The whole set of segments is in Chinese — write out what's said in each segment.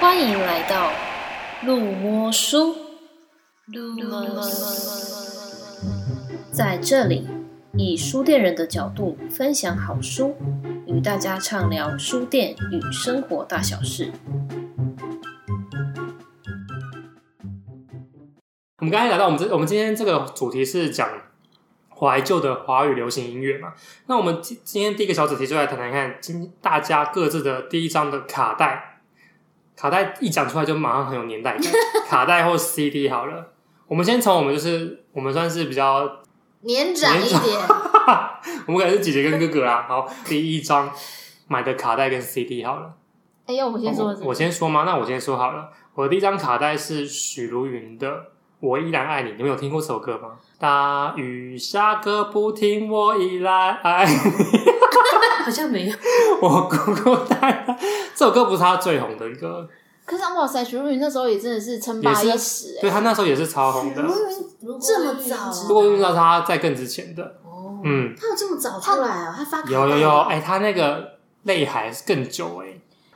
欢迎来到路摸书。在这里，以书店人的角度分享好书，与大家畅聊书店与生活大小事。我们刚才来到我们这，我们今天这个主题是讲怀旧的华语流行音乐嘛。那我们今今天第一个小主题就来谈谈看，今大家各自的第一张的卡带，卡带一讲出来就马上很有年代 感。卡带或 CD 好了，我们先从我们就是我们算是比较，年长一年点， 我们可能是姐姐跟哥哥啦。好，第一张买的卡带跟 CD 好了。哎，要我先说哦哦我我先说吗？那我先说好了。我的第一张卡带是许茹芸的《我依然爱你》，你们有听过这首歌吗？大雨下个不停，我依然爱你。好像没有， 我姑姑大大，这首歌不是她最红的一个，可是哇塞，徐若瑄那时候也真的是称霸一时欸对她那时候也是超红的。这么早不过遇到她在更之前的，哦，嗯，他有这么早出来啊？他发卡带有有有，哎、她那个泪还是更久哎、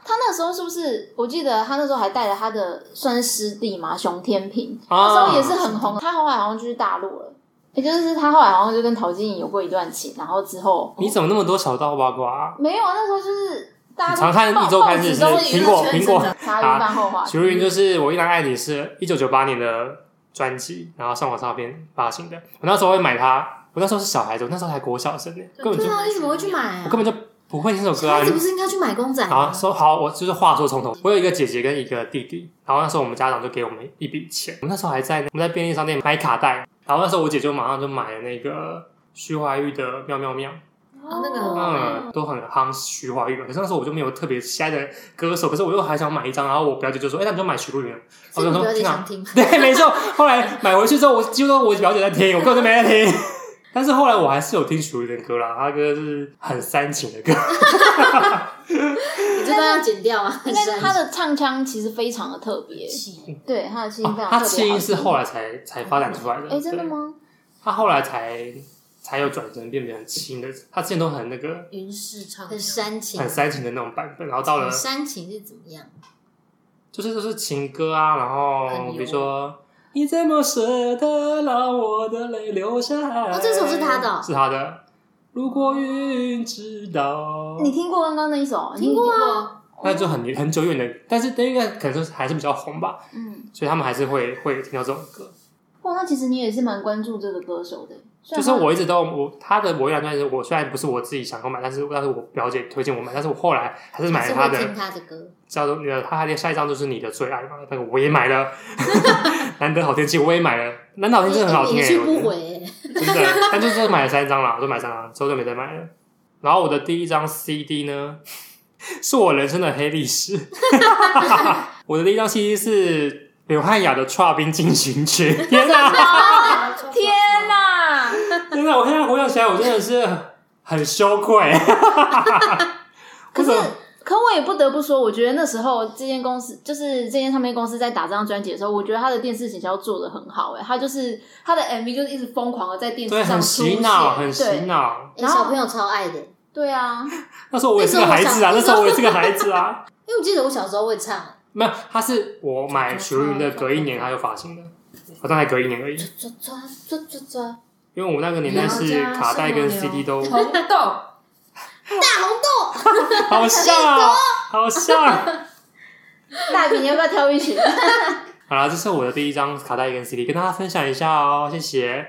他那时候是不是？我记得他那时候还带着他的算是师弟嘛，熊天平，啊那时候也是很红。他后来好像就去大陆了，也就是他后来好像就跟陶晶莹有过一段情，然后之后你怎么那么多小道八卦、啊？没有，那时候就是大家你都常看报一周刊是不是？报纸都苹果一个苹圈果成茶余饭后啊话题，许茹芸就是《我依然爱你》是一九九八年的专辑，然后上网唱片发行的。我那时候会买它，我那时候是小孩子，我那时候才国小生呢，根本就对啊，为什么会去买我啊？根本就不会听这首歌啊孩子。不是应该去买公仔然后吗？说好，我就是话说从头。我有一个姐姐跟一个弟弟，然后那时候我们家长就给我们一笔钱，我们那时候还在我们在便利商店买卡带，然后那时候我姐就马上就买了那个徐怀钰的《妙妙妙》，哦那个很好嗯，都很夯徐怀钰嘛。可是那时候我就没有特别喜爱的歌手，可是我又还想买一张，然后我表姐就说：“哎、那你就买徐若瑄。”我是就你说：“表姐天想啊！”听吗？ 对，没错。后来买回去之后，我几乎都我表姐在听，我根本就没在听。 但是后来我还是有听徐若瑄的歌啦，她歌是很煽情的歌。你这段要剪掉啊！很应该伤是他的唱腔其实非常的特别，心对他的气音 哦非常特别好她听。气音是后来才才发展出来的。哎，真的对？吗？她后来才才有转成变得很轻的，她之前都很那个云市唱很煽情很，煽情的那种版本，然后到了很煽情是怎么样？就是就是情歌啊，然很后油比如说你怎么舍得让我的泪流下来？哦这首是他的哦是他的。如果云知道，你听过刚刚那一首？你听过啊，那就很很久远的，但是应该可能是还是比较红吧，嗯，所以他们还是会会听到这种歌。哇，那其实你也是蛮关注这个歌手的，欸虽啊就然是他我一直都我他的我依然专辑，我虽然不是我自己想购买，但是但是我表姐推荐我买，但是我后来还是买还了是他会的听他的歌。叫做你的，他还下一张就是你的最爱嘛，那个我也买了， 难得好天气我也买了，难得好天气真的很好听、你欸，去我觉得不回欸，真的，啊但就是买了三张啦，我就买三张，之后就没再买了。然后我的第一张 CD 呢，是我人生的黑历史。 我的第一张 CD 是刘汉雅的《跨冰进行曲》。 天哪！天 哪！天哪！我现在回想起来，我真的是很羞愧。可是为什么，可我也不得不说，我觉得那时候这间公司，就是这间唱片公司在打这张专辑的时候，我觉得他的电视行销做的很好、哎，他就是他的 MV 就是一直疯狂的在电对，视上很出洗现，脑，很洗对脑。然后哎小朋友超爱的，因对啊，那时候我也是个孩子啊，那那时时候候我我也 是个孩子啊。为我记得我小时候会唱。没有，他是我买许茹芸的隔一年他就发行的，好像才隔一年而已。抓抓抓抓抓！因为我那个年代是卡带跟 CD 都红豆，好像啊，好啊像。大饼你要不要挑一曲？ 好啦，这是我的第一张卡带跟 CD，跟大家分享一下哦，谢谢。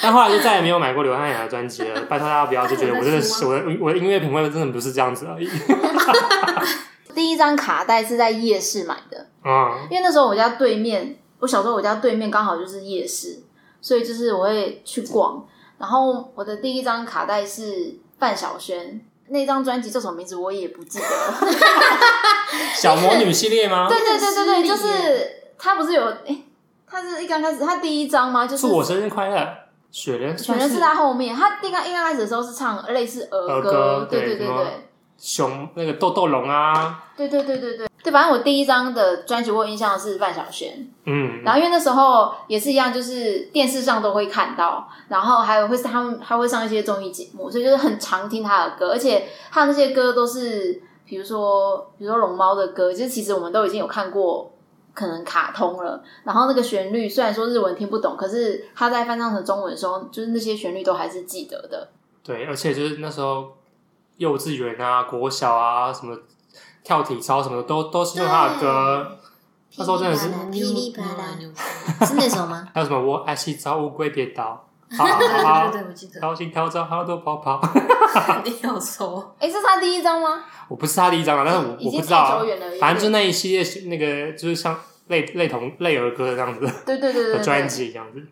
但后来就再也没有买过刘汉雅的专辑了，拜托大家不要就觉得我真的是我的我的音乐品味真的不是这样子而已。 第一张卡带是在夜市买的，嗯，因为那时候我家对面，我小时候我家对面刚好就是夜市，所以就是我会去逛。然后我的第一张卡带是范晓萱那张专辑，叫什么名字我也不记得了。小魔女系列吗？对对对对对，就很失礼是他不是有诶，他是一刚开始他第一张吗？就是祝我生日快乐，雪人全算人是是他后面，他第一刚一刚开始的时候是唱类似儿儿歌对对对对什么对。熊那个豆豆龙啊，对对对对对对，反正我第一张的专辑我有印象的是范晓萱，嗯，然后因为那时候也是一样，就是电视上都会看到，然后还有会他们还会上一些综艺节目，所以就是很常听他的歌，而且他那些歌都是比如说比如说龙猫的歌，就是其实我们都已经有看过。可能卡通了，然后那个旋律虽然说日文听不懂，可是他在翻唱成中文的时候，就是那些旋律都还是记得的。对，而且就是那时候幼稚园啊、国小啊，什么跳体操什么的，都都是用他的歌。那时候真的是噼里啪啦，噼里啪啦，是 那首吗？还有什么我爱洗澡，乌龟别 倒，好好对对好对，，我记得，高兴跳蚤好多泡泡。一定要说，哎，这是他第一张吗？我不是他第一张啊，但是我已我经不知太道啊，久远了。反正就那一系列那个就是像类类同类儿歌这样子对对对对的对专辑这样子。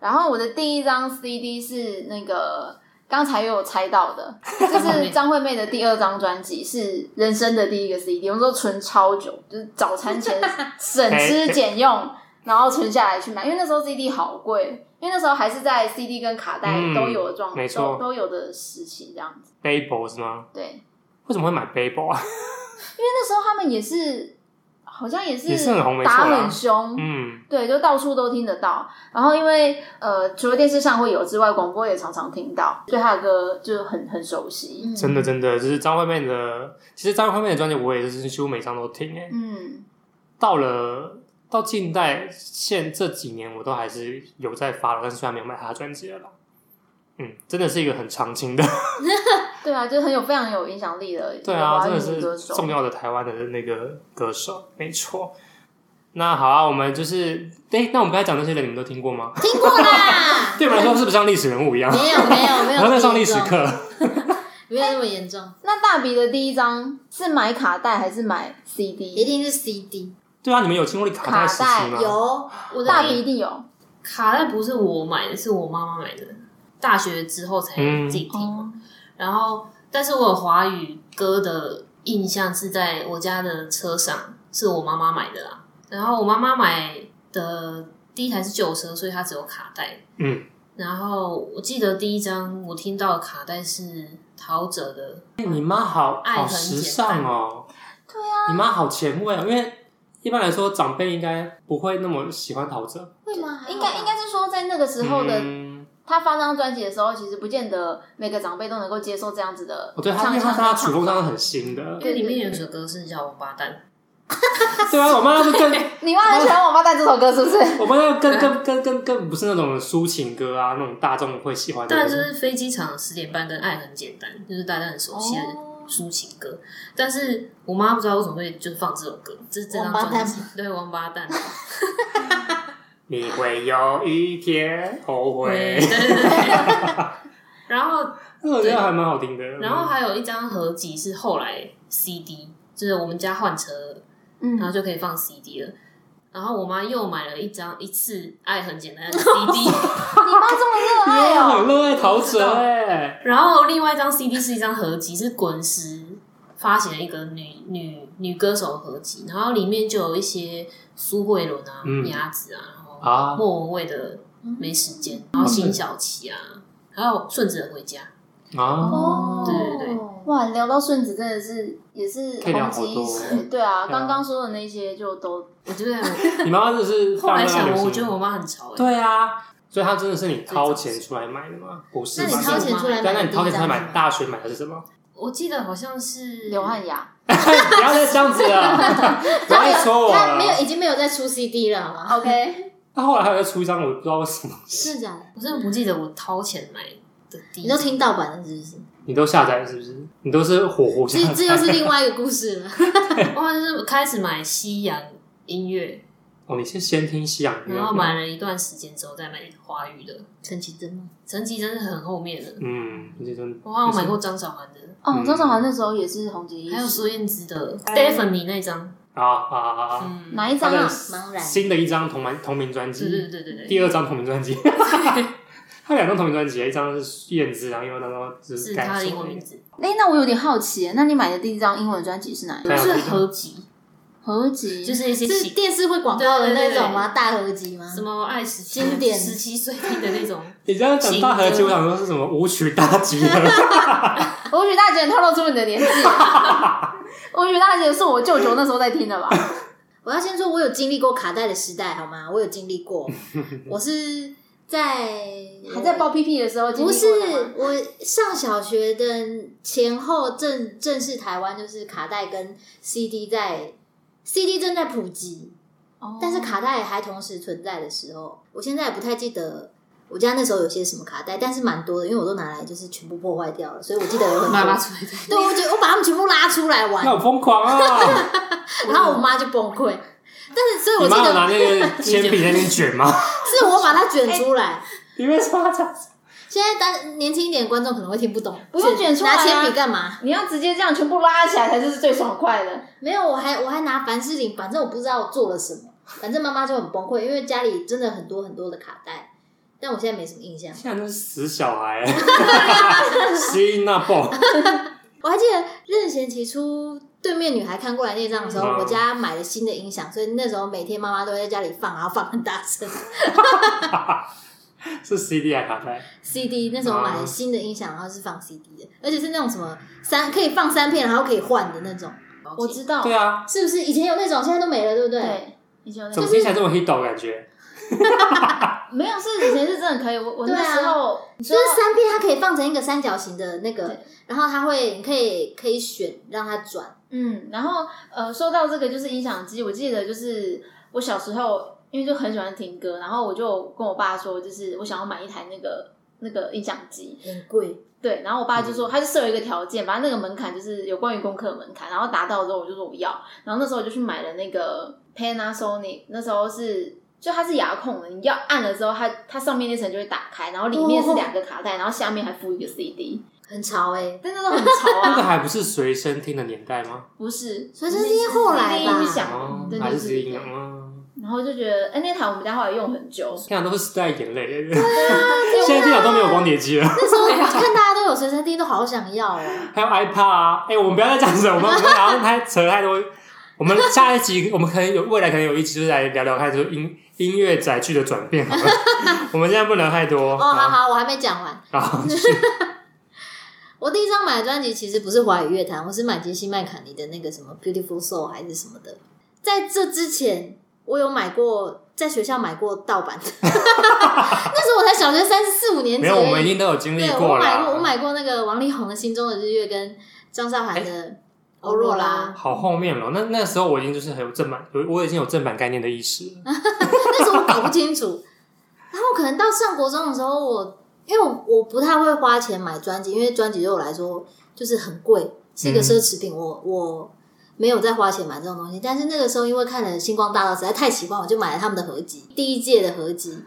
然后我的第一张 CD 是那个刚才又有猜到的， 就是张惠妹的第二张专辑，是人生的第一个 CD。我们说存超久，就是早餐前省吃 俭用，然后存下来去买，因为那时候 CD 好贵，因为那时候还是在 CD 跟卡带嗯都有的状，没错都都有的时期这样子。 Babel 是吗？对，因为为什么会买 Babel 啊？那时候他们也是好像也也是是很红没错打啦很凶，嗯，对，就到处都听得到。然后因为呃，除了电视上会有之外，广播也常常听到，对他的歌就很很熟悉。嗯真的真的，就是张惠妹的，其实张惠妹的专辑我也是几乎每张都听欸诶、嗯，到了到近代现这几年，我都还是有在发了，但是虽然没有买她的专辑了啦。嗯，真的是一个很长青的，对啊，就是很有非常有影响力的一个对啊，华真语的女歌是手。重要的台湾的那个歌手，没错。那好啊，我们就是，哎、那我们刚才讲那些人，你们都听过吗？ 听过啦，对我们来说，是不是像历史人物一样？没有没 有 没然后有，在上历史，课，没有那么严重，那大鼻的第一张是买卡带还是买一 CD？定是 CD，对啊，你们有经过卡带时卡带期吗？有我大的鼻一定有。哦卡带不是我买的，是我妈妈买的，大学之后才嗯自己听。然后，但是我有华语歌的印象是在我家的车上，是我妈妈买的啦。然后我妈妈买的第一台是旧车，所以它只有卡带。嗯，然后我记得第一张我听到的卡带是陶喆的，你妈好爱好很时简单尚哦。对啊，你妈好前卫哦，因为一般来说长辈应该不会那么喜欢陶喆。会吗应该应该是说，在那个时候的、嗯他发那张专辑的时候，其实不见得每个长辈都能够接受这样子的我呃唱。哦对他，因为他他唱曲风上是很新的。因为里面有一首歌是叫《王八蛋对啊，我妈就更，你妈很喜欢《王八蛋》这首歌，是不是？我妈就更更更更更不是那种抒情歌啊，那种大众会喜》，欢的。但啊就是飞机场十点半跟《爱很简单》，就是大家很熟悉的哦抒情歌。但是我妈不知道为什么会就放这首歌，这是这张王八专蛋辑，对《王八蛋》你会有一天对后对，悔对对。然后， 那我觉得还蛮好听的。然后还有一张合集是后来 CD，就是我们家换车嗯然后就可以放 CD 了。然后我妈又买了一张一次《爱很简 单》的 CD，你妈这么热爱嗯我哦、很热爱陶喆哎，然后另外一张 CD 是一张合集，是滚石发行的一个女女女歌手合集，然后里面就有一些苏慧伦啊、嗯鸭子啊，然啊后莫文蔚的《没时间》，然后辛晓琪啊，还有顺子的《回家》。啊，哦对对对哇，聊到顺子真的是也是可以聊红好多极一时， 对对啊，啊刚刚说的那些就都嗯我觉得我你妈妈真的是后来想，非常热爱流行我觉得我妈很潮欸。对啊，所以她真的是你掏钱出来买的吗？不是那吧，你掏钱出对来啊，买那的你第掏一钱出来张买大学买的是什么？我记得好像是刘汉 雅不要再这样子了，不要再戳我他没有，了。已经没有再出 CD 了，好吗？ ，OK，他后来还有再出一张，我不知道为什么，是这样，我真的不记得我掏钱买的第一你都张。听盗版的，是不是？你都下载了是不是？你都是火火下这这载又 是另外一个故事了。我好像是开始买西洋音乐，哦，你是先听西洋音乐，然后买了一段时间之后再买华语的。陈绮贞吗？陈绮贞是很后面的，嗯，你这真我好像买过张韶涵的，哦嗯，张韶涵那时候也是红极一还有时，苏燕姿的嗯《Stephanie》那张。啊啊啊啊啊！嗯，哪一他张啊的？ 茫然新的一张同名同名专对对辑，对对对，第二张同名专辑，他两张同名专辑，一张是燕姿，然后另外一张就是是改她的成英文名字，哎，那我有点好奇，那你买的第一张英文专辑是哪一不对个啊是合集，合集？就是一些是喜电视会广告的那种吗？大合集吗？什么爱十七经典十七岁听的那种，你这样讲大合集，我想说是什么舞曲大集合？我许大姐透露出你的年纪， 我许大姐是我舅舅那时候在听的吧？ 我要先说，我有经历过卡带的时代，好吗？我有经历过，我是在还在爆屁屁的时候经不历是过的吗，我上小学的前后正正式台湾就是卡带跟 CD 在 CD 正在普及，哦但是卡带还同时存在的时候，我现在也不太记得我家那时候有些什么卡带，但是蛮多的，因为我都拿来就是全部破坏掉了，所以我记得有很妈妈多。出来的，对，我觉得我把它们全部拉出来那玩，好疯狂啊！然后我妈就崩溃。但是所以我你记妈有拿得那个铅笔在那边卷吗？是我把它卷出来。哎你为什么要这样？现在大年轻一点的观众可能会听不懂，不用卷出来啊拿铅笔干嘛？你要直接这样全部拉起来才是最爽快的。没有，我还我还拿凡士林，反正我不知道我做了什么，反正妈妈就很崩溃，因为家里真的很多很多的卡带，但我现在没什么印象。现在都是死小孩，吸那爆，我还记得任贤齐出对面女孩看过来那张的时候，嗯我家买了新的音响，所以那时候每天妈妈都会在家里放，然后放很大声。是 CD 还卡带？ CD 那时候买了新的音响，然后是放 CD 的，而且是那种什么三可以放三片，然后可以换的那种，我知道，对啊，是不是？以前有那种，现在都没了，对不对？对，以前有那怎个么听起来这么 hit 的感觉？没有是以前是真的可以，我我对啊那时候、你就说是三片，它可以放成一个三角形的那个对，然后它会，你可以可以选让它转。嗯，然后呃，说到这个就是音响机，我记得就是我小时候因为就很喜欢听歌，然后我就跟我爸说，就是我想要买一台那个那个音响机，很贵，对，然后我爸就说，他就设了一个条件，反正那个门槛就是有关于功课的门槛，然后达到之后我就说我要，然后那时候我就去买了那个 Panasonic，那时候是就它是遥控的，你要按了之后它，它上面那层就会打开，然后里面是两个卡带，然后下面还附一个 CD，很潮哎、欸。但那都很潮那个啊，还不是随身听的年代吗？不是，所以这是后来吧音响哦，对还对是对 CD 对呢？，嗯然后就觉得，哎，那台我们家后来用很久，天啊，都是时代眼泪。 现在电脑都没有光碟机了，那时候啊我看大家都有随身听，都好想要哦、还有 iPad 啊。哎，我们不要再讲这种，我们我们好像太扯太多。我们下一集，我们可能有未来，可能有一集就是来聊聊看，就是音音乐载具的转变好了。我们现在不能聊太多。哦，好好，我还没讲完。好，好，我第一张买的专辑其实不是华语乐坛，我是买杰西麦卡尼的那个什么《Beautiful Soul》还是什么的。在这之前，我有买过，在学校买过盗版的。 那时候我才小学三四五年级没而已，有，我们一定都有经历对，过我买了。啊过，我买过那个王力宏的《心中的日月》跟张韶涵哎的《欧若拉》，好后面了，那那时候我已经就是很有正版，有我已经有正版概念的意识了。那时候我搞不清楚。然后可能到上国中的时候，我因为我我不太会花钱买专辑，因为专辑对我来说就是很贵，是嗯一个奢侈品。我我没有在花钱买这种东西，但是那个时候因为看了《星光大道》实在太喜欢，我就买了他们的合集，第一届的合集。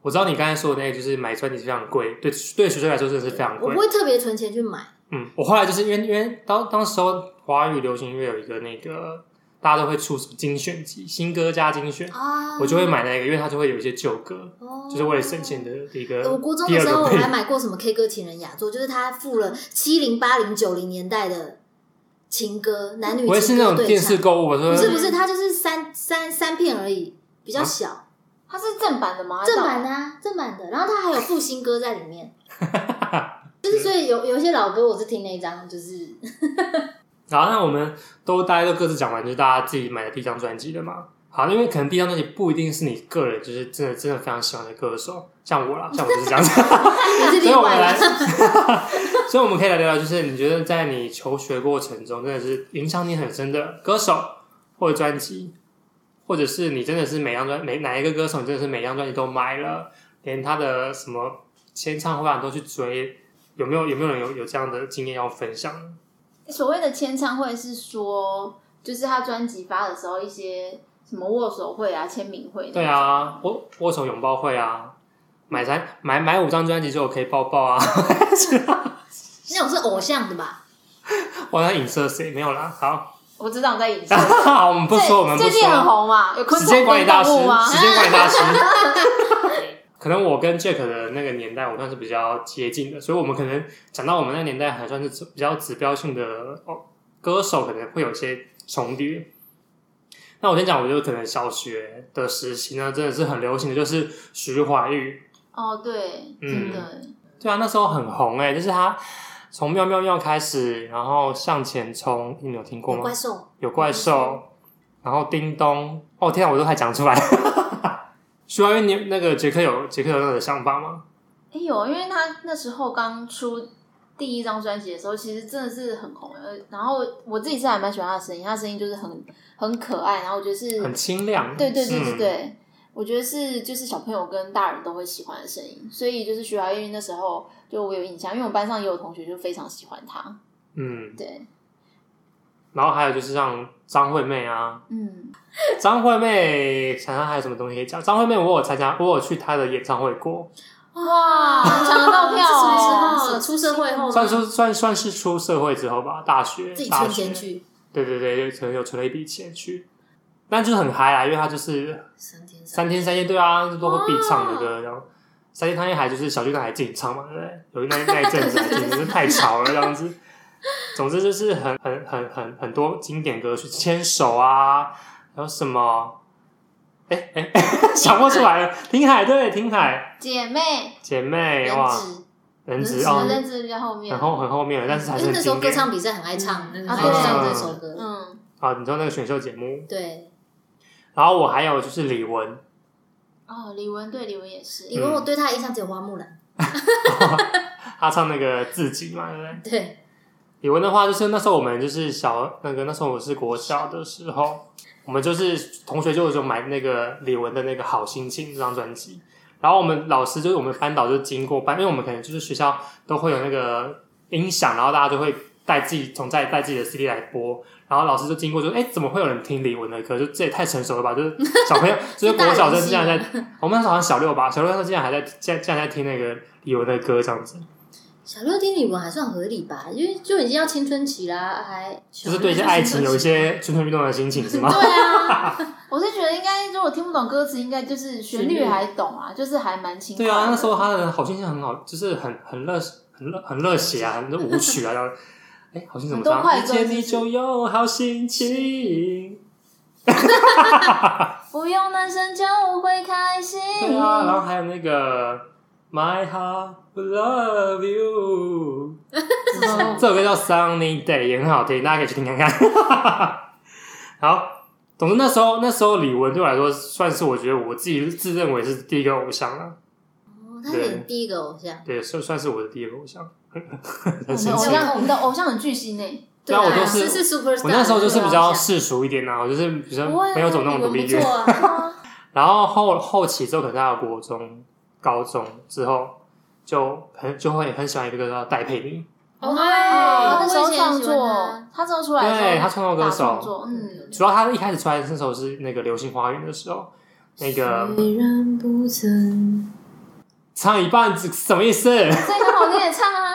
我知道你刚才说的那个，就是买专辑是非常贵，对对学生来说真的是非常我贵不。会特别存钱去买，嗯，我后来就是因为因为当当时候华语流行音乐有一个那个大家都会出什么精选集，新歌加精选，啊嗯我就会买那个，因为它就会有一些旧歌，哦就是为了省钱的一个。我国中第的二时个候，我配还买过什么 K 歌情人雅作，就是他附了七零、八零、九零年代的情歌，男女我也是情那歌种对电视唱。购物，我说不是不是，它就是三三三片而已，比啊较小，它是正版的吗？还是正版的啊，正版的。然后它还有复兴歌在里 面，就是所以有有一些老歌我是听那一 张，就是好，那我们都大家都各自讲完，就是大家自己买的第一张专辑了嘛。好，因为可能第一张专辑不一定是你个人，就是真的真的非常喜欢的歌手，像我啦，像我就是这样子。也 是所以另我们外来 的。，所以我们可以来聊聊，就是你觉得在你求学过程中，真的是影响你很深的歌手或者专辑，或者是你真的是每张专每哪一个歌手，你真的是每张专辑都买了，连他的什么签唱会啊你都去追，有没有有没有人有有这样的经验要分享嗯呢？所谓的签唱会是说，就是他专辑发的时候一些什么握手会啊、签名会。对，啊，握握手拥抱会啊，买三买买五张专辑就可以抱抱啊， 那种是偶像的吧？我在影射谁没有啦？好， 我知道你在影射。好，我们啊不说，我们不最近很说。红嘛，有昆时间虫啊管理变大师，动物吗？时间管理大师。啊可能我跟 Jack 的那个年代，我算是比较接近的，所以我们可能讲到我们那个年代，还算是比较指标性的哦，歌手可能会有一些重叠。那我先讲，我就可能小学的时期呢，真的是很流行的，就是徐怀钰，哦，对，真的，对啊，那时候很红哎、就是他从妙妙妙开始，然后向前冲，你们有听过有吗？怪兽，有怪兽，然后叮咚，哦天啊，我都快讲出来。 徐怀钰，你那个杰克有杰克有那个想法吗？哎有，因为他那时候刚出第一张专辑的时候，其实真的是很红的。呃然后我自己是还蛮喜欢他的声音，他声音就是很很可爱，然后我觉得是很清亮，对对对对嗯对，我觉得是就是小朋友跟大人都会喜欢的声音，所以就是徐怀钰那时候就我有印象，因为我班上也有同学就非常喜欢他。嗯，对，然后还有就是像张惠妹啊，嗯，张惠妹，想想还有什么东西可以讲？张惠妹，我有参加，我有去她的演唱会过， 哇，抢得到票是什么哦！时候？出社会后吗算是算算是出社会之后吧，大学自己大存学钱，去，对对对，可能有存了一笔钱去，但就是很嗨啦，啊因为她就是三天三三天三夜，对啊，都会必唱的哦歌，然后三天三夜还就是小巨蛋还进唱嘛，对不对？有那那一阵子还进，真是太吵了这样 子。总之就是很很很很很多经典歌曲，牵手啊，还有什么？哎、哎、 想不出来了。听海对，听海姐妹，姐妹颜哇，值。人人质质哦，认知比较后面很。后很后面了，但是还因是为很那时候经歌典唱比赛很爱唱，嗯他那就个唱歌这首歌。嗯，啊。你知道那个选秀节目？对，然后我还有就是李玟，哦，李玟对李玟也是，因为我对他的印象只有花木兰。她唱那个自己嘛，对不对？对，李玟的话，就是那时候我们就是小那个那时候我是国小的时候，我们就是同学就就买那个李玟的那个《好心情》这张专辑，然后我们老师就是我们班导就经过班，因为我们可能就是学校都会有那个音响，然后大家就会带自己从再带自己的 CD 来播，然后老师就经过就哎、怎么会有人听李玟的歌？就这也太成熟了吧！就是小朋友， 就是国小生竟然在，我们那时候好像小六吧，小六那时候竟然还在竟然竟然在听那个李玟的歌这样子，小六听李玟还算合理吧，因为就已经要青春期啦，还就是对一些爱情有一些蠢蠢欲动的心情是吗？对啊， 我是觉得应该，如果听不懂歌词，应该就是旋律还懂啊，就是还蛮轻 快对的。啊，那时候他的好心情很好，就是很很热很热很热血啊，很多舞曲啊，然后哎，好心情怎么很多快唱？歌遇见你是嗯不就有好心情，不用男生就会开心。对啊，然后还有那个 My Heart Will Love You，这首歌叫 Sunny Day，也很好听，大家可以去听看看。 好。总之那时候，那时候李玟对我来说算是我觉得我自己自认为是第一个偶像了，哦，他是你第一个偶像。对，算算是我的第一个偶像。我很们神哦偶奇。像，你的偶像很巨星欸呢。对啊我都是是 super。我那时候就是比较世俗一点呐、啊，我就是比较不会啊没有走那种独你立们不乐。错啊 然后后后期之后，可能到国中、高中之后，就很就会很喜欢一个歌叫戴佩妮，哦他对，那时候创我以前也喜作欢他，他之后出来的时候，对她创作歌大创手。作，嗯，主要她一开始出来的时候是那个《流星花园》的时候，那个虽然不曾唱一半是什么意思？ 所以很好听也唱啊。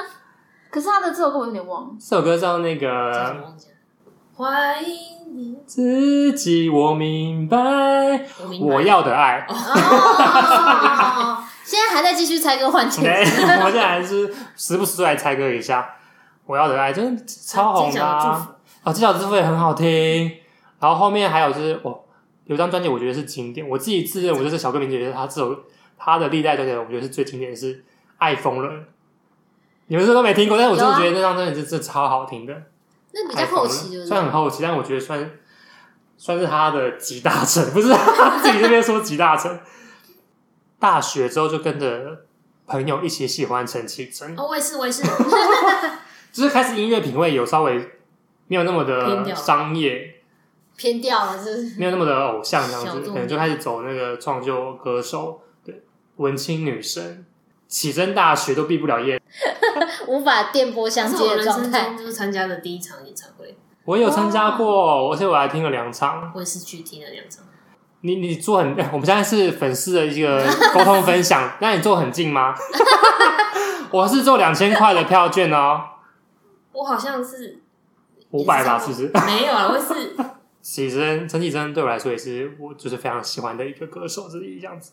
可是他的这首歌我有点忘，这首歌叫那叫什么个忘记了怀疑你，自己，我明白我明白我要的爱。哦，现在还在继续猜歌换 对，钱。我现在还是时不时都来猜歌一下。我要的爱真的超红金的、小的祝啊福，哦，这小支付也很好听。然后后面还有就是，哦，有张专辑我觉得是经典，我自己自认我就是小歌名，觉得他这首他的历代专辑，我觉得是最经典的是《爱疯了》。你们是不是都没听过，但是我真的觉得那张专辑真的超好听的。那比爱较疯后了期，对不虽然对？很后期，但我觉得算算是他的集大成，不是 他自己这边说集大成。大学之后就跟着朋友一起喜欢陈绮贞，哦，我也是，我也是，就是开始音乐品味有稍微没有那么偏的掉商业，偏掉了，是不 是？没有那么的偶像这小样子，众可能就开始走那个创作歌手，对，文青女生。启真大学都毕不了业，无法电波相这是接我的人状生态中。就是参加的第一场演唱会，我有参加过，而且我还听了两场。我也是去听了两场，你你坐很， 我们现在是粉丝的一个沟通分享， 那你坐很近吗？我是坐两千块的票券哦，我好像是 五百吧，也是不是 是？没有啊，我也是启真陈启真对我来说也是我就是非常喜欢的一个歌手之一，这样子。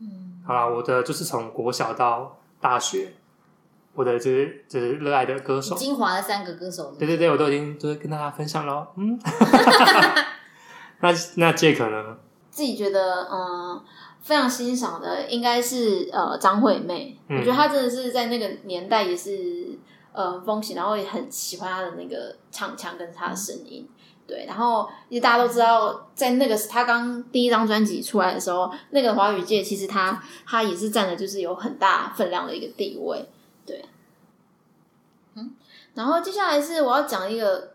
嗯，好啦，我的就是从国小到大学，我的就是就是热爱的歌手，精华的三个歌手呢，对对对，我都已经就是跟大家分享了。嗯，那那 Jack 呢？自己觉得嗯非常欣赏的应该是呃张惠妹，嗯我觉得她真的是在那个年代也是呃风行，然后也很喜欢她的那个唱腔跟她的声音。对，然后其实大家都知道，在那个他刚第一张专辑出来的时候，那个华语界其实他他也是占了就是有很大分量的一个地位，对，嗯，然后接下来是我要讲一个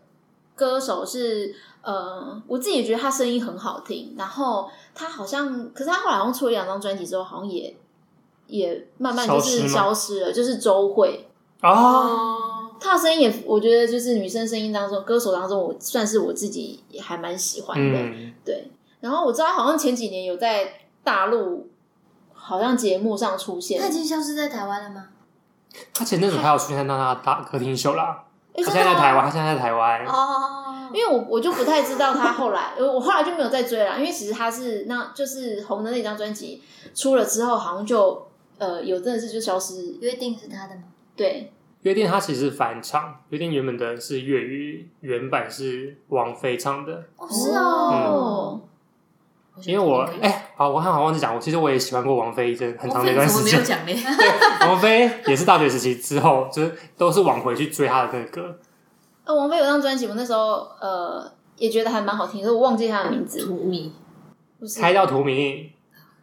歌手是呃，我自己觉得他声音很好听，然后他好像，可是他后来好像出了两张专辑之后，好像也也慢慢就消失是吗消失了，就是周慧，啊，哦，她的声音也，我觉得就是女生声音当中，歌手当中，我算是我自己也还蛮喜欢的。嗯，对，然后我知道好像前几年有在大陆好像节目上出现，他已经消失在台湾了吗？他前阵子还有出现在那大歌厅秀啦，诶他真现在在的吗台湾，他现在在台湾，哦，因为我我就不太知道他后来，呃我后来就没有再追了，因为其实他是那就是红的那张专辑出了之后，好像就呃有真的是就消失，约定是他的吗？对约定它其实是翻唱，约定原本的是粤语原版是王菲唱的，哦，是是哦哦，因为我哎、好，我看好忘记讲，我其实我也喜欢过王菲一阵很长的一段时我怎么没有间。讲 呢？王菲也是大学时期之后，就是都是往回去追她的那个歌。呃，王菲有张专辑，我那时候呃也觉得还蛮好听，可是我忘记他的名字，荼蘼，不是开掉荼蘼，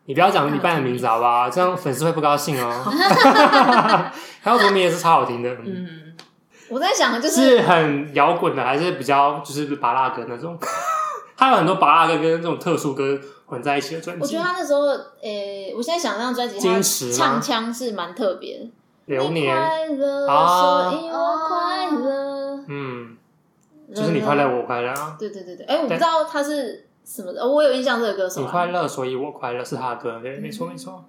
你不要讲一半的名字好不好？这样粉丝会不高兴哦。开掉荼蘼也是超好听的，嗯嗯，我在想就是是很摇滚的，还是比较就是拔蜡歌那种？ 他有很多拔蜡歌跟这种特殊歌混在一起的专辑。我觉得他那时候，诶、我现在想那张专辑，他矜持吗唱腔是蛮特别的。流你年，快乐，啊所以我快乐。嗯，就是你快乐，。我快乐啊。对对对对，哎、我不知道他是什么的，哦我有印象这个歌手你啊，快乐，所以我快乐是他的歌，嗯对，没错没错。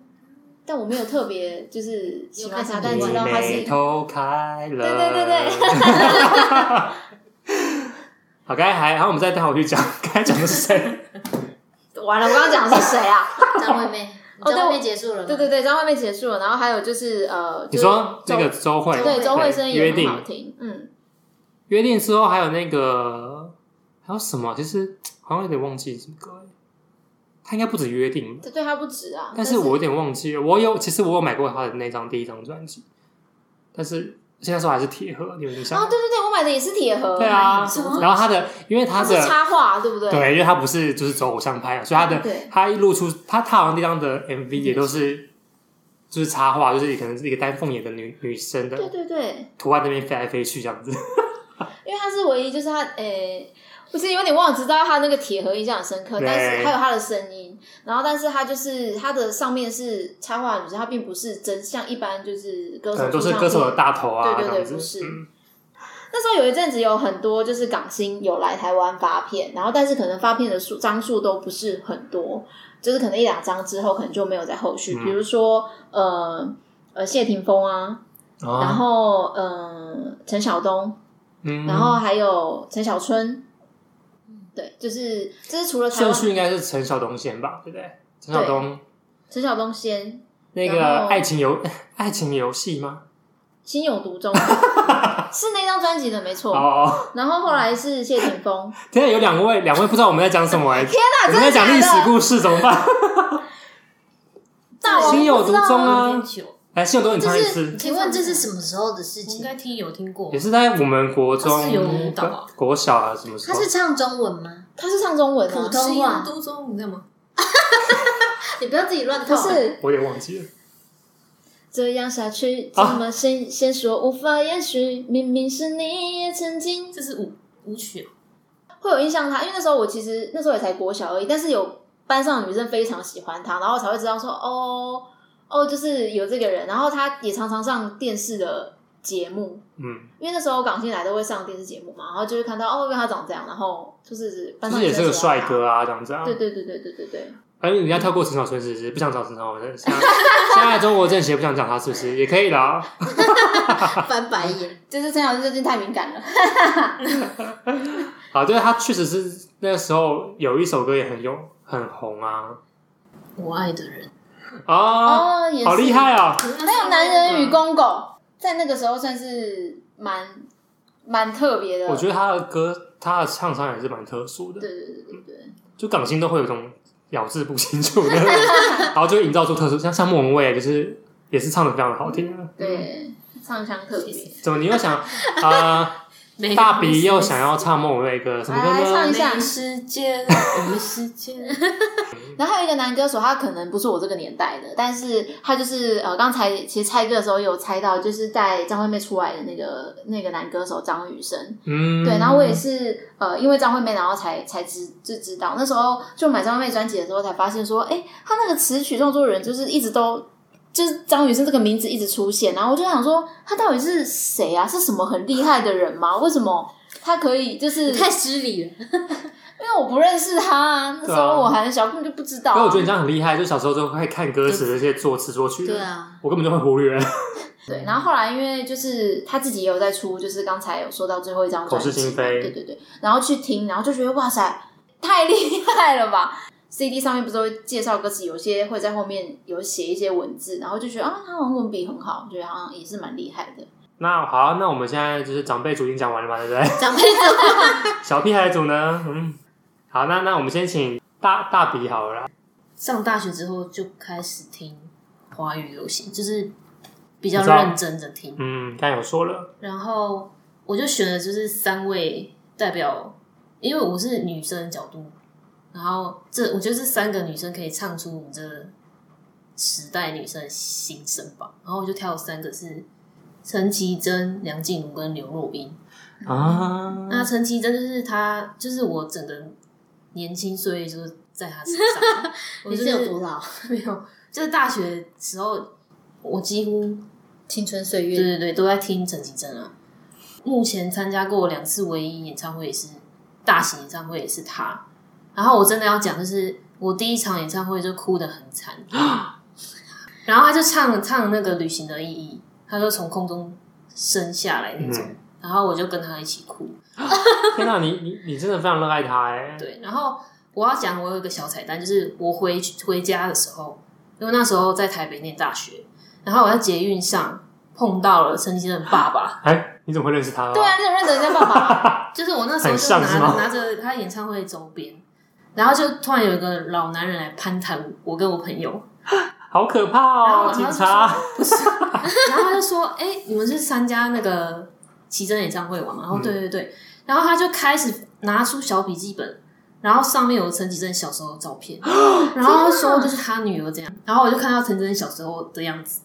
但我没有特别就是喜欢他，有看但你知道他是眉头开了。对对对对。 好，刚才还，然后我们再待会去讲， 刚才讲的是 谁？完了，我刚刚讲的是谁啊？ 张惠妹，哦对张惠妹结束了吗，对对对，张惠妹结束了，然后还有就是呃，你就是说那个周周慧？对周慧声音也约很定好听，嗯，约定之后，还有那个还有什么？其实好像有点忘记什么歌，他应该不止约定吧，对对，他不止啊，但是我有点忘记了。我有，其实我有买过他的那张第一张专辑，但是现在说还是铁盒，你有印象啊，吗？对对对，我买的也是铁盒，对啊什么，然后他的，因为他它是的插画，对不对？对，因为他不是就是走偶像派啊，所以他的对嗯他一露出他踏完地方的 MV 也都是就是插画，就是可能是一个丹凤眼的女女生对的对对，图案那边飞来飞去这样子。因为他是唯一，就是他，诶、我是有点忘了，只知道他那个铁盒印象很深刻，对但是还有他的声音，然后但是他就是他的上面是插画的女生，他并不是真像一般就是歌可手能出呃都是唱片，歌手的大头啊，对对对这样子不是嗯那时候有一阵子有很多就是港星有来台湾发片，然后但是可能发片的数张数都不是很多，就是可能一两张之后可能就没有在后续，嗯比如说呃呃谢霆锋啊，哦然啊，后呃陈晓东，嗯然后还有陈小春，对，就是这是除了台顺湾序应该是陈晓东先吧，对不对？陈晓东陈小东先，那然个后爱情游爱情游戏吗？心有独 钟，是那张专辑的没错。哦，然后后来是谢霆锋，现在有两位，两位不知道我们在讲什么哎， 天哪我们在讲历真的假史的故事怎么办？ 大王心有不独知道钟有啊点！久，来，心有独钟，你唱一就次是。请问这是什么时候的事我应情？该听有听过也，是在我们国中、它是有舞蹈啊国小啊，什么时他候？是唱中文吗？他是唱中文普啊，通心话有独钟，你知道吗？ 你不要自己乱套。不是我有点忘记了。这样下去怎啊么先先说无法延续？明明是你也曾经这是舞舞曲哦，会有印象他，因为那时候我其实那时候也才国小而已，但是有班上的女生非常喜欢他，然后才会知道说哦哦，就是有这个人，然后他也常常上电视的节目，嗯，因为那时候港星来都会上电视节目嘛，然后就会看到哦，原来他长这样，然后就是班就上是也是个女生喜欢帅他，哥啊，这样子啊。对对对对对对对，反正人家跳过陈小春，是不是不想找陈小春？现在现在中国政协不想讲他，是不是也可以啦？翻白 眼，就是陈小春最近太敏感了，啊，对他确实是那时候有一首歌也很有很红啊我爱的人，啊，哦，也是好厉，害啊！还有《男人与公，公狗》在那个时候算是蛮蛮特别的，我觉得他的歌，他的唱腔也是蛮特殊的，对对对 对对。就港星都会有一种咬字不清楚的， 然后就营造出特殊，像像莫文蔚就是也是唱的非常的好听啊。对，唱腔特别。 怎么你又想啊、每个大鼻又想要唱孟瑞歌，什么来来歌唱呢一？下没时间，我没时间。然后还有一个男歌手，他可能不是我这个年代的，但是他就是呃，刚才其实猜歌的时候有猜到，就是在张惠妹出来的那个那个男歌手张雨生，嗯，对，然后我也是呃，因为张惠妹，然后才才知就知道，那时候就买张惠妹专辑的时候才发现说，哎，他那个词曲创作人就是一直都就是张雨生这个名字一直出现，然后我就想说，他到底是谁啊？是什么很厉害的人吗？为什么他可以就是？太失礼了。因为我不认识他啊，那时对啊候我还很小，根本就不知道啊、可我觉得你这样很厉害，就小时候就会看歌词这些作词作曲，对，啊，我根本就会忽略。 对，嗯然后后来因为就是他自己也有在出，就是刚才有说到最后一张口专是辑，心非对对对，然后去听，然后就觉得哇塞，太厉害了吧！CD 上面不是会介绍歌词，有些会在后面有写一些文字，然后就觉得啊，他好像文笔很好，觉得好像也是蛮厉害的。那好，啊那我们现在就是长辈组已经讲完了嘛，对不对？长辈 都小屁孩组呢？嗯，好，那那我们先请大大比好了啦。上大学之后就开始听华语流行，就是比较我知道认真的听。嗯，刚才有说了，然后我就选了就是三位代表，因为我是女生的角度，然后这我觉得这三个女生可以唱出我们这时代女生的心声吧。然后我就挑了三个是陈绮贞、梁静茹跟刘若英。啊，那陈绮贞就是她，就是我整个年轻岁月就是在她身上，我你就是有多老？没有，就是大学时候，我几乎青春岁对月，对对都在听陈绮贞啊。目前参加过两次唯一演唱会也是大型演唱会也是她。然后我真的要讲，就是我第一场演唱会就哭得很惨，然后她就唱唱那个《旅行的意义》，她就从空中升下来那种，嗯然后我就跟她一起哭。天哪，你你你真的非常热爱他哎、对，然后我要讲，我有一个小彩蛋，就是我回回家的时候，因为那时候在台北念大学，然后我在捷运上碰到了陈先生的爸 爸，哎、你怎么会认识他、对啊，，你怎 么认得人家爸爸？就是我那时候很就像是拿吗拿着他演唱会周边，然后就突然有一个老男人来攀谈我跟我朋友，好可怕然后哦、我警察。不是，然后他就说：“哎、你们是参加那个奇珍演唱会吗？”然后嗯对对对，然后他就开始拿出小笔记本，然后上面有陈绮贞小时候的照片，然后说就是他女儿这样，然后我就看到陈绮贞小时候的样子，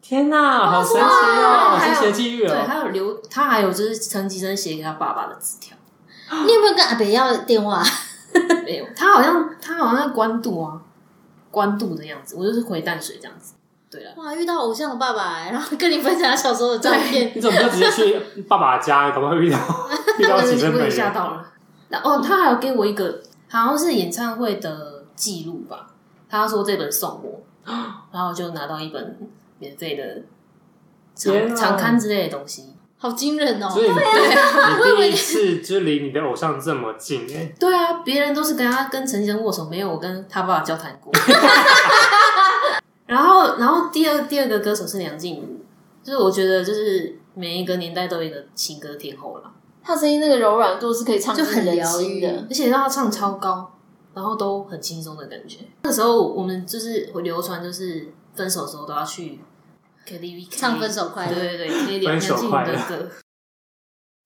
天哪，好神奇哦、哇新鲜际遇对，了。啊还有留他还有就是陈绮贞写给他爸爸的字条， 你有没有跟阿北要电话？ 没有，他好像他好像在关渡啊，关渡的样子，我就是回淡水这样子，对了。哇，遇到偶像的爸爸、欸 然后跟你分享他小时候的照片，你怎么就直接去爸爸家，搞不好会 遇到遇到对几对声对，我美也吓人？到了。然后哦，他还有给我一个好像是演唱会的记录吧，他说这本送 我，然后就拿到一本免费的场天啊场刊之类的东西。好惊人哦！所以你啊你第一次就离你的偶像这么近哎、对啊，别人都是跟他跟陈先生握手，没有我跟他爸爸交 谈过。然后，然后第二第二个歌手是梁静茹，就是我觉得就是每一个年代都有一个情歌天后啦，他声音那个柔软度是可以唱就进很人疗心愈的。而且让他唱超高，然后都很轻松的感觉。那时候我们就是会流传，就是分手的时候都要去 KTV K 唱分，手快对乐，对对，K 梁分手梁静茹快的歌。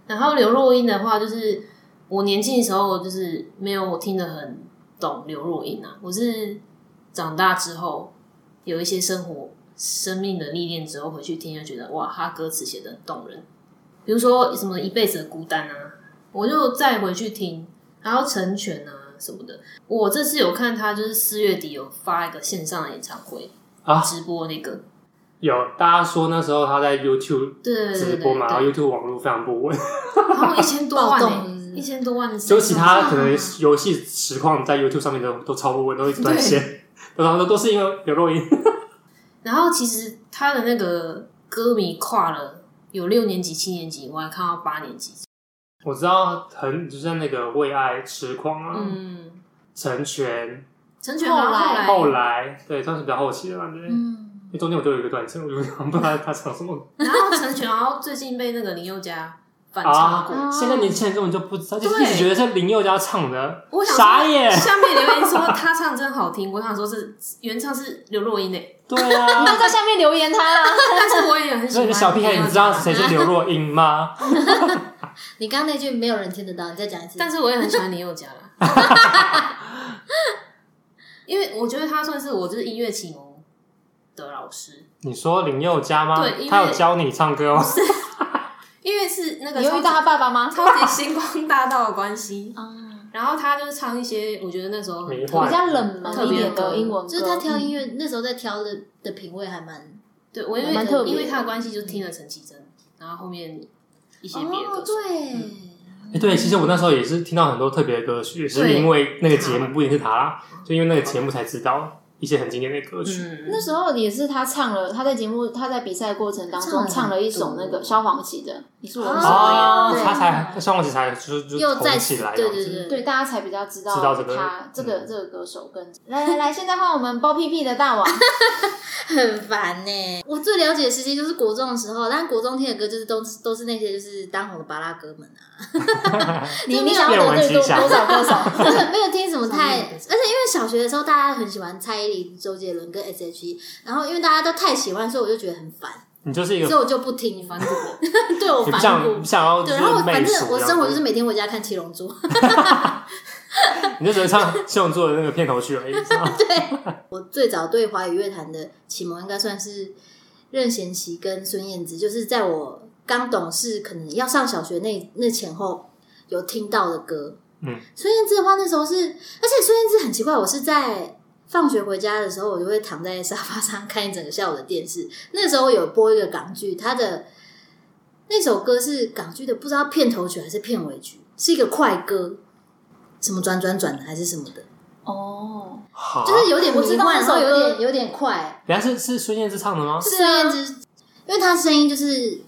然后刘若英的话，就是我年轻的时候就是没有听得很懂刘若英啊，我是长大之后有一些生活、生命的历练之后回去听，就觉得哇，她歌词写的很动人。比如说什么一辈子的孤单啊，我就再回去听，然后成全啊什么的。我这次有看她就是四月底有发一个线上的演唱会啊直播那个，有大家说那时候他在 YouTube 对对对对对，直播啊嘛，然后 YouTube 网络非常不稳，然后一千多万、暴欸动，一千多万的，就其哦他可能游戏实况在 YouTube 上面都都超不稳，都一直断线， 然后都都是因为刘若英。然后其实他的那个歌迷跨了有六年级、七年级，我还看到八年级。 我知道很就像那个为爱痴狂啊，嗯，成全，陈全后豪来来后来对算是比较后期的感觉，因嗯，为中间我就有一个断层，我就不知道他 唱什么。然后陈全豪最近被那个林宥嘉反唱过。啊现在年轻人根本就不知道，就是对一直觉得是林宥嘉唱的，我想说 傻眼。下面留言说他唱真好听，我想说是原唱是刘若英诶，对你就啊，在下面留言他啦。啊但是我也很喜所以欢。小屁孩，你知道谁？是刘若英吗？你刚刚那句没有人听得到，你再讲一次。但是我也很喜欢林宥嘉啦， 因为我觉得他算是我就是音乐启蒙的老师，你说林宥嘉吗？对因为他有教你唱歌吗？因为是那个 你有遇到他超爸爸吗级？超级星光大道的关系，啊，然后他就是唱一些我觉得那时候很迷特幻比较冷门一点的英文歌，就是他挑音乐那时候在挑的的品味还蛮对我因蛮特为别因的为他的关系就听了陈绮贞，然后后面一些别的歌手，哦，对，哎、对，其实我那时候也是听到很多特别的歌曲，也是因为那个节目，不一定是他啦，嗯就因为那个节目才知道一些很经典的歌曲。嗯，那时候也是他唱了，他在节目他在比赛过程当唱中了唱了一首那个萧煌奇的《你是我的哦少年》哦，对他才他上过去才就是就是又再红起来这对样对子。对对，大家才比较知道知道这个他这嗯个这个歌手跟来来来，现在换我们包屁屁的 大王，很烦呢、我最了解的时期就是国中的时候，但国中听的歌就是都都是那些就是当红的巴拉歌们啊，你你想要得罪多多少歌 手？ 没有没有听什么太，上面而且因为小学的时候大家很喜欢蔡依林、周杰伦跟 S.H.E，然后因为大家都太喜欢，所以我就觉得很烦，你就是一所以个我就不听，反正我 对我哎你不反想骨不。想要就对，是然后媚反俗正我这样生活就子是每天回家看《七龙珠》，你就只能唱 《西龙珠》的那个片头曲而已。是 吧我最早对华语乐坛的启蒙应该算是任贤齐跟孙燕姿，就是在我刚懂事，可能要上小学那那前后有听到的歌。嗯，孙燕姿的话，那时候是，而且孙燕姿很奇怪，我是在放学回家的时候，我就会躺在沙发上看一整个下午的电视。那时候有播一个港剧，它的那首歌是港剧的，不知道片头曲还是片尾曲，是一个快歌，什么转转转的还是什么的，哦，好，啊就是有点我知迷道幻，那然首后有歌点有点快。人家是是孙燕姿唱的吗？是啊，因为他声音就是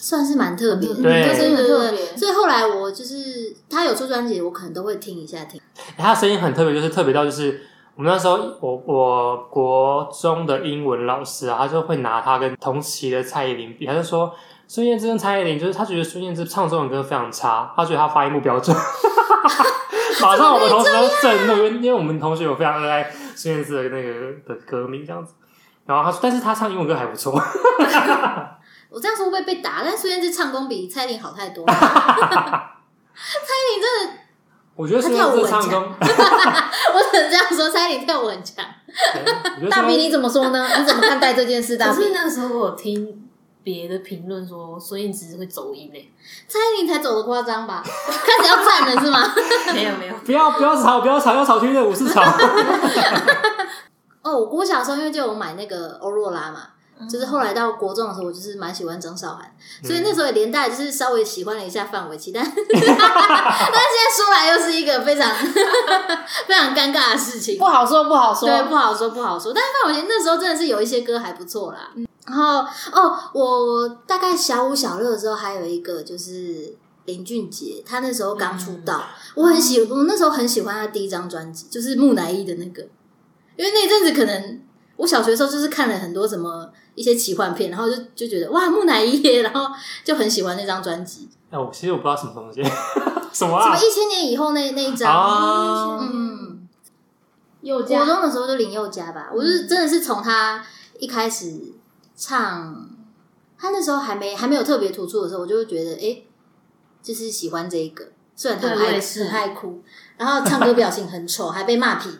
算是蛮特别的，对他声音很特对对别，对所以后来我就是他有出专辑，我可能都会听一下听。他的声音很特别，就是特别到就是我们那时候我我国中的英文老师啊，他就会拿他跟同期的蔡依林比，他就说孙燕姿跟蔡依林，就是他觉得孙燕姿唱中文歌非常差，他觉得他发音不标准。 马上我们同学都震怒，因为因为我们同学有非常热爱孙燕姿的那个的歌名这样子。然后他说，但是他唱英文歌还不错， 我这样说会不会被打？但孙燕姿唱功比蔡依林好太多了。 蔡依林真的，我觉得孙燕姿唱他歌，我只能这样说，蔡依林跳舞很强。对我觉得大 B 孙你怎么说呢？你怎么看待这件事？大可 B 是那个时候我有听别的评论说孙燕姿会走音欸嘞，蔡依林才走的夸张吧？ 开始要站了是吗？没有没有， 不要不要吵，不要吵，要吵去热舞室吵。 哦，我我小时候因为就有买那个欧若拉嘛，就是后来到国中的时候，我就是蛮喜欢张韶涵，所以那时候也连带就是稍微喜欢了一下范玮琪， 但但现在说来又是一个非常 非常尴尬的事情 不。好说，不好说。对，不好说，不好说。但是范玮琪那时候真的是有一些歌还不错啦。然后哦，我大概小五小六的时候，还有一个就是林俊杰，他那时候刚出道，我很喜，我那时候很喜欢他第一张专辑，就是木乃伊的那个，因为那阵子可能。我小学的时候就是看了很多什么一些奇幻片，然后就就觉得哇木乃伊耶，然后就很喜欢那张专辑，哎，我其实我不知道什么东西， 什么什啊么？一千年以后那那一张，啊嗯，又国加中的时候就林宥嘉吧，我就是真的是从他一开始唱，他那时候还没还没有特别突出的时候，我就会觉得哎、诶就是喜欢这一个，虽然他很对我爱也是很爱哭，然后唱歌表情很丑，还被骂痞 子，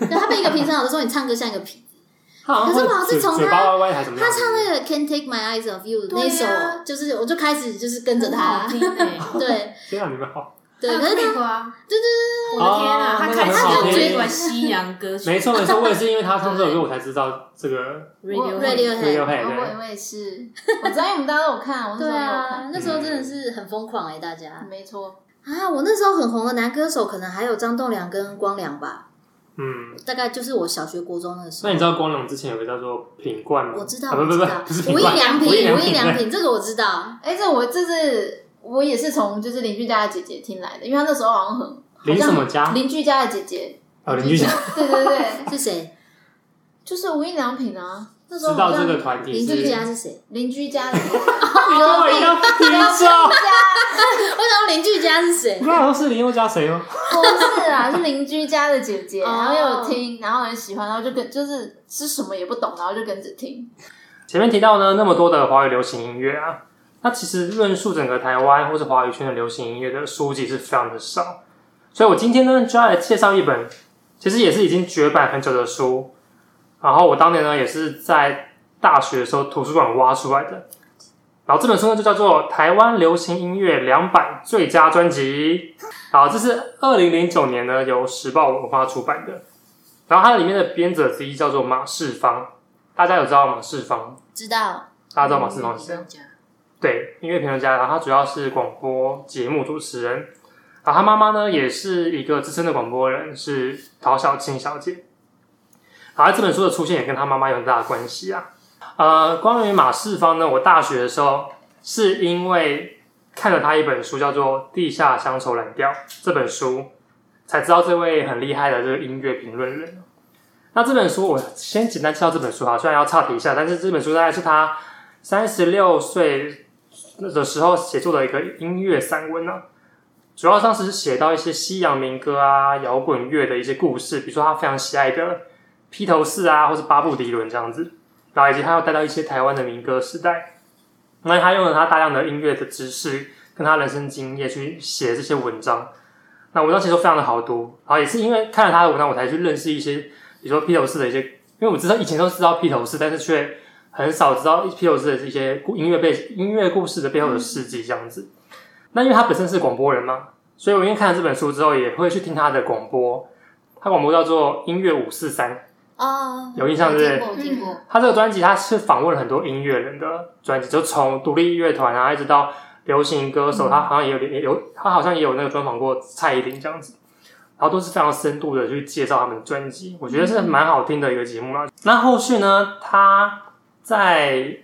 对他被一个评审老师说你唱歌像一 个痞子，他好像可是我好像是嘴从他嘴巴歪歪还是怎么他样？唱那个 Can't Take My Eyes Off You 对那啊首，就是我就开始就是跟着很好，他听欸嘞，对天啊，你们好，对，可是他他，对对我的啊天啊，哦他那个开始很好就听追管西洋歌曲，没错没错，我也是因为他唱这首歌，我才知道这个对 Radio， Radio Radiohead， Head 我对。我 也是，我知道因为我们大家都有看，我那对时候也有啊看，，那时候真的是很疯狂哎、大家。没错。啊，我那时候很红的男歌手可能还有张栋梁跟光良吧，嗯，大概就是我小学、国中的时那候你。知道光良之前有个叫做品冠吗？我知道，啊不我不知不，道不是，无品印冠，良品，无印良无品印良对。品，这个我知道。哎，这我这是我也是从就是邻居家的姐姐听来的，因为她那时候好像很邻什么家好像邻居家的姐姐，哦，邻居家对对对， 是谁？就是无印良品啊。那时知候道好像这个团体邻是，居你家是谁？ 邻居 家的姐姐，跟我一样听错，我想说邻居家是谁你？看好像是林宥嘉谁吗？不是啊，是邻居家的姐姐，哦然后又有听，然后很喜欢，然后就跟就是是什么也不懂，然后就跟着听。前面提到呢那么多的华语流行音乐啊，那其实论述整个台湾或是华语圈的流行音乐的书籍是非常的少，所以我今天呢就要来介绍一本，其实也是已经绝版很久的书，然后我当年呢也是在大学的时候图书馆挖出来的，然后这本书呢就叫做《台湾流行音乐两百最佳专辑》，好，这是二零零九年呢由时报文化出版的，然后它里面的编者之一叫做马世芳，大家有知道马世芳？知道大家知道马世芳是谁？对，音乐评论家，然后他主要是广播节目主持人，然后他妈妈呢也是一个资深的广播人，是陶小青小姐。然后这本书的出现也跟他妈妈有很大的关系啊。呃，关于马世芳呢，我大学的时候是因为看了他一本书叫做《地下乡愁蓝调》这本书，才知道这位很厉害的这个音乐评论人。那这本书我先简单介绍这本书哈，虽然要岔题一下，但是这本书大概是他三十六岁的时候写作的一个音乐散文啊。主要当时是写到一些西洋民歌啊、摇滚乐的一些故事，比如说他非常喜爱的披头士啊，或是巴布迪伦这样子，然后以及他又带到一些台湾的民歌时代。那他用了他大量的音乐的知识跟他人生经验去写这些文章，那文章其实都非常的好读，然后也是因为看了他的文章，我才去认识一些，比如说披头士的一些，因为我知道以前都知道披头士，但是却很少知道披头士的这些故音乐背音乐故事的背后的事迹这样子。那因为他本身是广播人嘛，所以我因为看了这本书之后，也会去听他的广播。他广播叫做《音乐五四三啊》，，有印象是不听是？嗯过，听过，他这个专辑他是访问了很多音乐人的专辑，就从独立乐团啊，一直到流行歌手，他好像也有也有他好像也有那个专访过蔡依林这样子，然后都是非常深度的去介绍他们的专辑，我觉得是蛮好听的一个节目啦。那后续呢，他在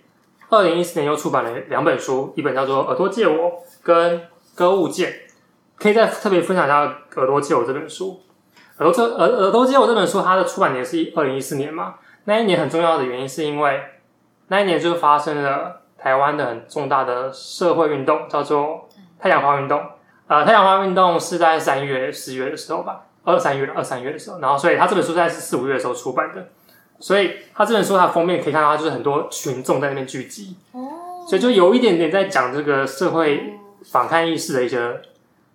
二零一四年又出版了两本书，一本叫做《耳朵借我》跟《歌物见》，可以再特别分享一下《耳朵借我》这本书。耳朵这耳耳朵借我这本书，它的出版年是二零一四年嘛？那一年很重要的原因是因为那一年就发生了台湾的很重大的社会运动，叫做太阳花运动。呃，太阳花运动是在三月、四月的时候吧，二三月、二三月的时候。然后，所以他这本书在四五月的时候出版的，所以他这本书它的封面可以看到，它就是很多群众在那边聚集，哦，所以就有一点点在讲这个社会反抗意识的一些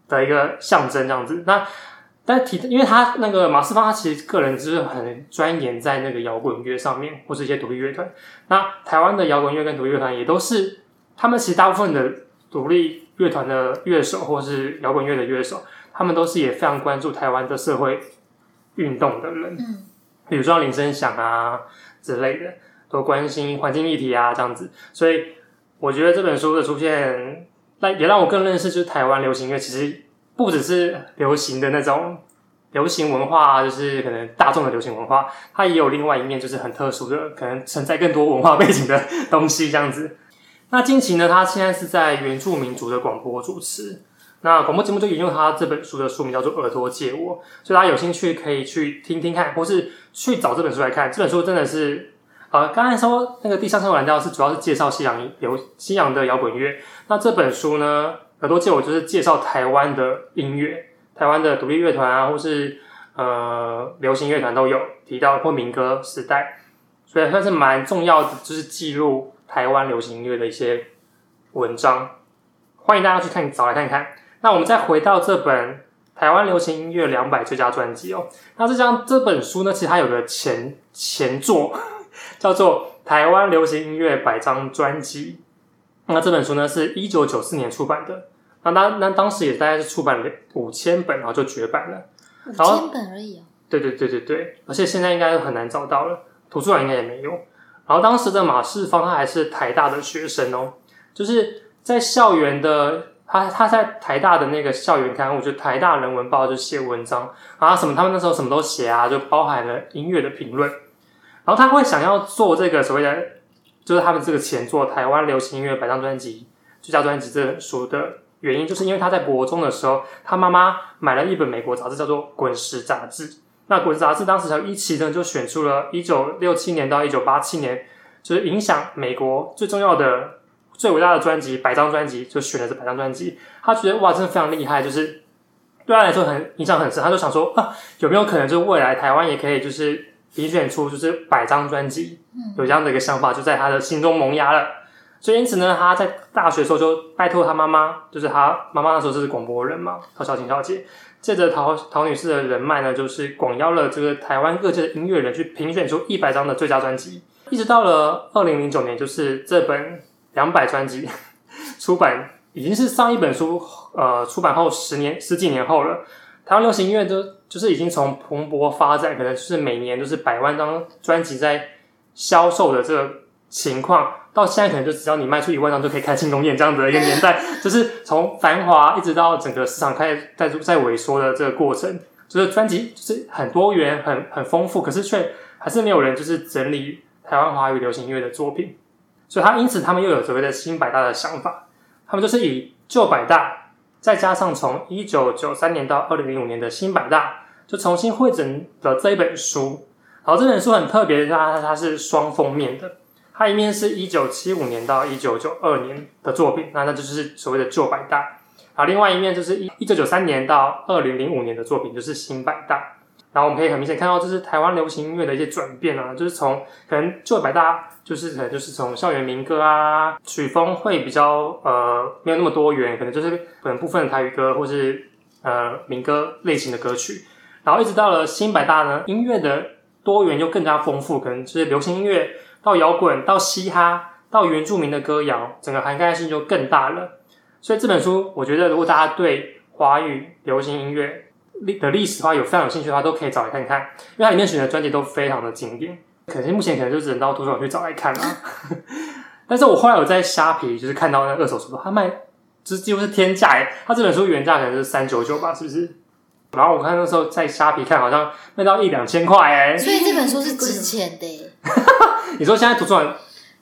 的一个象征这样子。那但提，因为他那个马斯芳，他其实个人就是很钻研在那个摇滚乐上面，或是一些独立乐团。那台湾的摇滚乐跟独立乐团也都是，他们其实大部分的独立乐团的乐手或是摇滚乐的乐手，他们都是也非常关注台湾的社会运动的人，嗯，比如说林声祥啊之类的，都关心环境议题啊这样子。所以我觉得这本书的出现，那也让我更认识，就是台湾流行乐其实不只是流行的那种流行文化啊，就是可能大众的流行文化，它也有另外一面，就是很特殊的，可能承载更多文化背景的东西这样子。那近期呢，他现在是在原住民族的广播主持。那广播节目就引用他这本书的书名叫做《耳朵借我》，所以大家有兴趣可以去听听看，或是去找这本书来看。这本书真的是呃，刚才说那个第三声蓝调是主要是介绍西洋流西洋的摇滚乐，那这本书呢，耳朵借我就是介绍台湾的音乐，台湾的独立乐团啊，或是呃流行乐团都有提到或民歌时代，所以算是蛮重要的，就是记录台湾流行音乐的一些文章，欢迎大家去看找来看看。那我们再回到这本台湾流行音乐两百最佳专辑哦，那这张这本书呢，其实它有个前前作。 叫做《台湾流行音乐百张专辑》。那这本书呢，是一九九四年出版的。那当那当时也大概是出版了五千本，然后就绝版了。五好千本而已哦，对对对对对，而且现在应该很难找到了，图书馆应该也没有。然后当时的马世芳他还是台大的学生哦，就是在校园的他他在台大的那个校园刊物，就台大人文报就写文章啊什么，他们那时候什么都写啊，就包含了音乐的评论。然后他会想要做这个所谓的，就是他们这个前作《台湾流行音乐百张专辑》最佳专辑这本书的原因，就是因为他在国中的时候，他妈妈买了一本美国杂志，叫做《滚石》杂志。那《滚石》杂志当时才一期呢，就选出了一九六七年到一九八七年，就是影响美国最重要的、最伟大的专辑百张专辑，就选了这百张专辑。他觉得哇，真的非常厉害，就是对他来说很影响很深。他就想说啊，有没有可能就是未来台湾也可以就是评选出就是百张专辑，有这样的一个想法就在他的心中萌芽了。所以因此呢，他在大学的时候就拜托他妈妈，就是他妈妈那时候是广播人嘛，陶小琴小姐，借着陶陶女士的人脉呢，就是广邀了这个台湾各界的音乐人去评选出一百张的最佳专辑，一直到了二零零九年，就是这本两百专辑 出版，已经是上一本书呃出版后十年十几年后了。台湾流行音乐都就是已经从蓬勃发展，可能就是每年就是百万张专辑在销售的这个情况，到现在可能就只要你卖出一万张就可以开庆功宴这样子的一个年代， 就是从繁华一直到整个市场开始在在萎缩的这个过程，就是专辑就是很多元、很很丰富，可是却还是没有人就是整理台湾华语流行音乐的作品，所以他因此他们又有所谓的新百大的想法，他们就是以旧百大再加上从一九九三年到二零零五年的新百大，就重新汇整了这一本书。好，这本书很特别，它它是双封面的，它一面是一九七五年到一九九二年的作品，那那就是所谓的旧百大。好，另外一面就是一一九九三年到二零零五年的作品，就是新百大。然后我们可以很明显看到，就是台湾流行音乐的一些转变啊，就是从可能旧百大就是可能就是从校园民歌啊，曲风会比较呃没有那么多元，可能就是可能部分台语歌或是呃民歌类型的歌曲，然后一直到了新百大呢，音乐的多元又更加丰富，可能就是流行音乐到摇滚到嘻哈到原住民的歌谣，整个涵盖性就更大了。所以这本书，我觉得如果大家对华语流行音乐历的历史的话有非常有兴趣的话，都可以找来看看，因为它里面选的专辑都非常的经典。可惜目前可能就只能到图书馆去找来看了、 但是我后来有在虾皮就是看到那个二手书，它卖就是几乎是天价耶！它这本书原价可能是三九九吧，是不是？然后我看那时候在虾皮看，好像卖到一两千块哎。所以这本书是值钱的耶。你说现在图书馆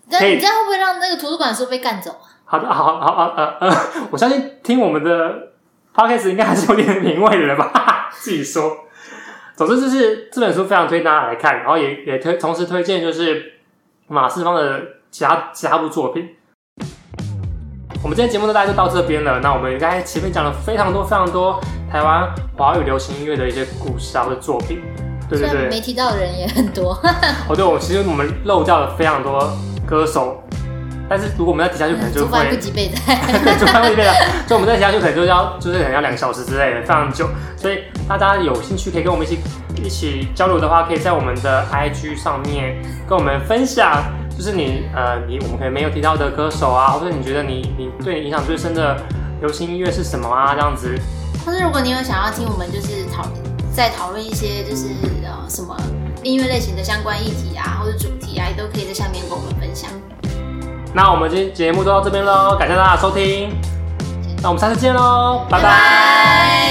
那可以你这样会不会让那个图书馆的书被干走啊？好的，好好好好呃呃，我相信听我们的 podcast 应该还是有点品味的人吧，哈哈自己说。总之就是这本书非常推荐大家来看，然后也也推同时推荐就是马世芳的其他其他部作品。我们今天节目呢，大概就到这边了。那我们刚才前面讲了非常多非常多台湾华语流行音乐的一些故事啊，或者作品。对虽对对，然没提到的人也很多，哦，对，我其实我们漏掉了非常多歌手，但是如果我们在底下就可能就 竹会凡不及备胎。对， 就翻过一遍了。所以我们在其他就可能就是要就是可能要两个小时之类的，非常久。所以大家有兴趣可以跟我们一起一起交流的话，可以在我们的 IG 上面跟我们分享，就是你呃你我们可能没有提到的歌手啊，或者你觉得你你对你影响最深的流行音乐是什么啊？这样子，但是如果你有想要听我们就是讨再讨论一些就是呃什么音乐类型的相关议题啊，或者主题啊，也都可以在下面跟我们分享。那我们今天节目就到这边喽，感谢大家的收听，那我们下次见喽，拜拜拜。